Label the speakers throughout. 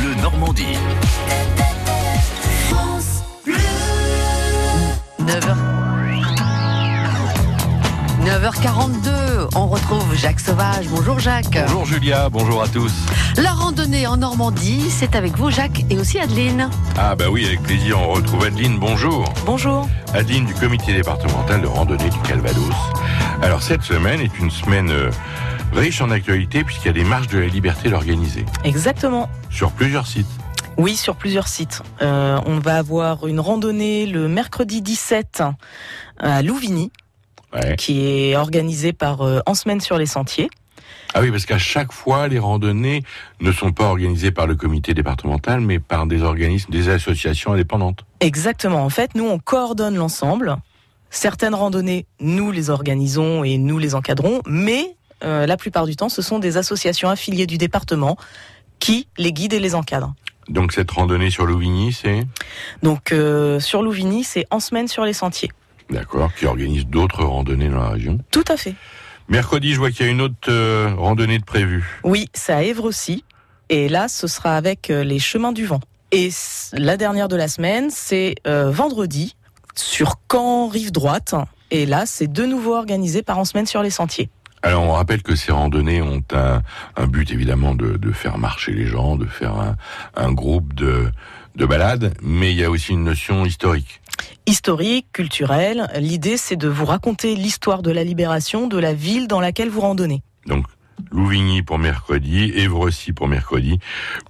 Speaker 1: Bleu Normandie.
Speaker 2: 9h... 9h42, on retrouve Jacques Sauvage. Bonjour Jacques.
Speaker 3: Bonjour Julia, bonjour à tous.
Speaker 2: La randonnée en Normandie, c'est avec vous Jacques et aussi Adeline.
Speaker 3: Ah bah oui, avec plaisir, on retrouve Adeline, bonjour.
Speaker 4: Bonjour.
Speaker 3: Adeline du comité départemental de randonnée du Calvados. Alors cette semaine est une semaine euh, riche en actualité puisqu'il y a des marches de la liberté d'organiser
Speaker 4: Exactement.
Speaker 3: sur plusieurs sites.
Speaker 4: Oui, sur plusieurs sites. Euh, on va avoir une randonnée le mercredi 17 à Louvigny,
Speaker 3: Ouais.
Speaker 4: qui est organisée par euh, En Semaine sur les Sentiers.
Speaker 3: Ah oui, parce qu'à chaque fois, les randonnées ne sont pas organisées par le comité départemental, mais par des organismes, des associations indépendantes.
Speaker 4: Exactement. En fait, nous, on coordonne l'ensemble. Certaines randonnées, nous les organisons et nous les encadrons, mais euh, la plupart du temps, ce sont des associations affiliées du département qui les guident et les encadrent.
Speaker 3: Donc cette randonnée sur Louvigny, c'est
Speaker 4: Donc, euh, sur Louvigny, c'est En Semaine sur les Sentiers.
Speaker 3: D'accord, qui organise d'autres randonnées dans la région.
Speaker 4: Tout à fait.
Speaker 3: Mercredi, je vois qu'il y a une autre euh, randonnée de prévue.
Speaker 4: Oui, c'est à Évre aussi. Et là, ce sera avec euh, les chemins du vent. Et s- la dernière de la semaine, c'est euh, vendredi sur Caen, rive droite. Et là, c'est de nouveau organisé par En Semaine sur les Sentiers.
Speaker 3: Alors on rappelle que ces randonnées ont un, un but évidemment de, de faire marcher les gens, de faire un, un groupe de, de balades, mais il y a aussi une notion historique.
Speaker 4: Historique, culturel, l'idée c'est de vous raconter l'histoire de la libération de la ville dans laquelle vous randonnez.
Speaker 3: Donc Louvigny pour mercredi, Évrecy pour mercredi,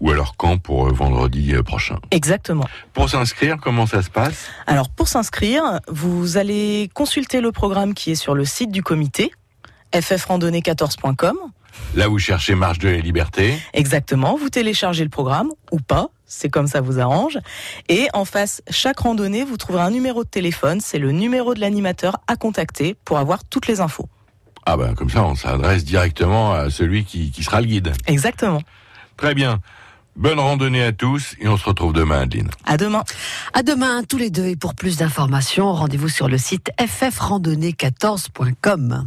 Speaker 3: ou alors Caen pour euh, vendredi euh, prochain.
Speaker 4: Exactement.
Speaker 3: Pour s'inscrire, comment ça se passe
Speaker 4: Alors pour s'inscrire, vous allez consulter le programme qui est sur le site du comité, ffrandonnée14.com.
Speaker 3: Là, vous cherchez Marche de la Liberté.
Speaker 4: Exactement, vous téléchargez le programme ou pas, c'est comme ça vous arrange. Et en face, chaque randonnée, vous trouverez un numéro de téléphone, c'est le numéro de l'animateur à contacter pour avoir toutes les infos.
Speaker 3: Ah ben comme ça, on s'adresse directement à celui qui, qui sera le guide.
Speaker 4: Exactement.
Speaker 3: Très bien. Bonne randonnée à tous et on se retrouve demain, Adeline.
Speaker 4: À demain.
Speaker 2: À demain tous les deux et pour plus d'informations, rendez-vous sur le site ffrandonnée14.com.